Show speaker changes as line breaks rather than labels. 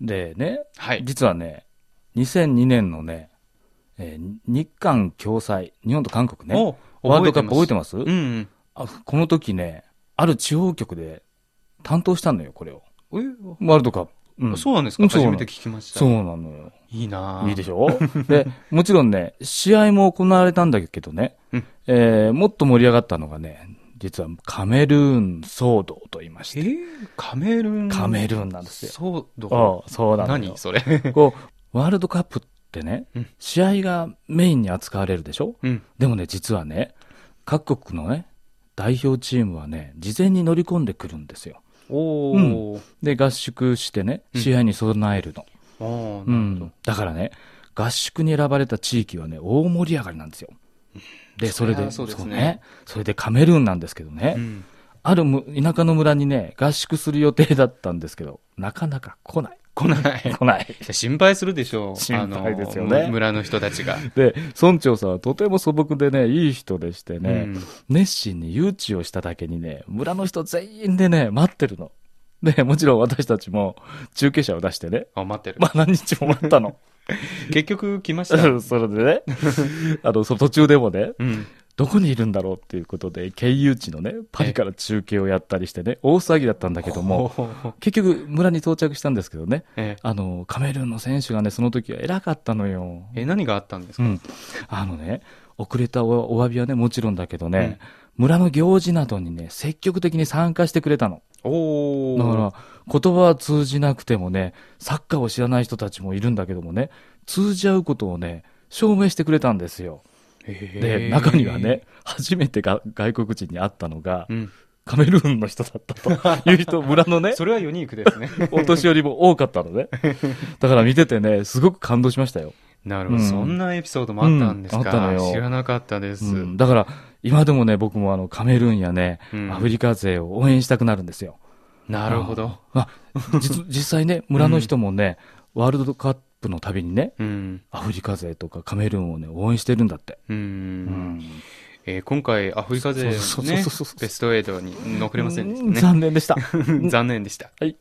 でね、
はい。
実はね、2002年のね、えー日韓共催、日本と韓国ね、ワールドカップ覚えてます
うんうん。
あこの時ね、ある地方局で担当したのよ、これを。
え、
ワールドカップ。うん
そうなんです
う
か
んそうな
初
の
めて聞きました。
そうなのよ。
いいない
いでしょで、もちろんね、試合も行われたんだけどね、
うん
えーもっと盛り上がったのがね、実はカメルーン騒動と言いまし
え
て、
ーカメルーン。
カメルーンなんですよ。
そう、ど
お
こ
うそうなのよ
何。 それ。
こう、ワールドカップってね、
うん
試合がメインに扱われるでしょ
うん。
でもね、実はね、各国のね、代表チームはね、事前に乗り込んでくるんですよ。
おー。
で、合宿してね、
うん
試合に備えるの。
あー
う
なるほ
ん、だからね、合宿に選ばれた地域はね、大盛り上がりなんですよ。で、そ
そ
れ
りゃ
で、
そうですね
それでカメルーンなんですけどね、
ど。うん。
あるむ田舎の村にね、合宿する予定だったんですけど、なかなか来ない。
来ない。
来ない。
心配するでしょう。
心配
あの
ですよね
む村の人たち が。
で、村長さんはとても素朴でね、いい人でしてね、
うん
熱心に誘致をしただけにね、村の人全員でね、待ってるの。で、もちろん私たちも中継車を出してね、
あ、待ってる。
まあ何日も待った の。
結局来まし
そ
た。
れで ね、あの、その途中でもね、
うん。
どこにいるんだろうっていうことで、経由地のね、パリから中継をやったりしてね、大騒ぎだったんだけども、
ほうほうほう。
結局村に到着したんですけどね、
え
あの、カメルーンの選手がね、その時は偉かったのよ。
え、何があったんです
う
か
ん。あのね、遅れたおお詫びはね、もちろんだけどね、村の行事などにね、積極的に参加してくれたの。
お
だ
ー。
から、言葉は通じなくてもね、サッカーを知らない人たちもいるんだけどもね、通じ合うことをね、証明してくれたんですよ。
へ
で、
ー
中にはね、、初めてが外国人に会ったのが
う、ん。
カメルーンの人だった という人、村のね、
それはユニークですね。
お年寄りも多かったのね。だから見ててね、すごく感動しましたよ。
なるほ
う
ど。
ん
そんなエピソードもあったんです
うんあったの
か
よ
知らなかったです。
うんだから、今でもね、僕もあの、カメルーンやね、
うん
アフリカ勢を応援したくなるんですよ。
なるほど。
あ。あ 実実際ね、村の人もね、ワールドカップのたびにね、
うん。
アフリカ勢とかカメルーンをね、応援してるんだって。
う。
うんん。
えー今回、アフリカ勢の
そうそう
ね
そうそうそう、
ベスト8に残れませんでした
う
ね
ん。残念でした。
残念でした。
はい。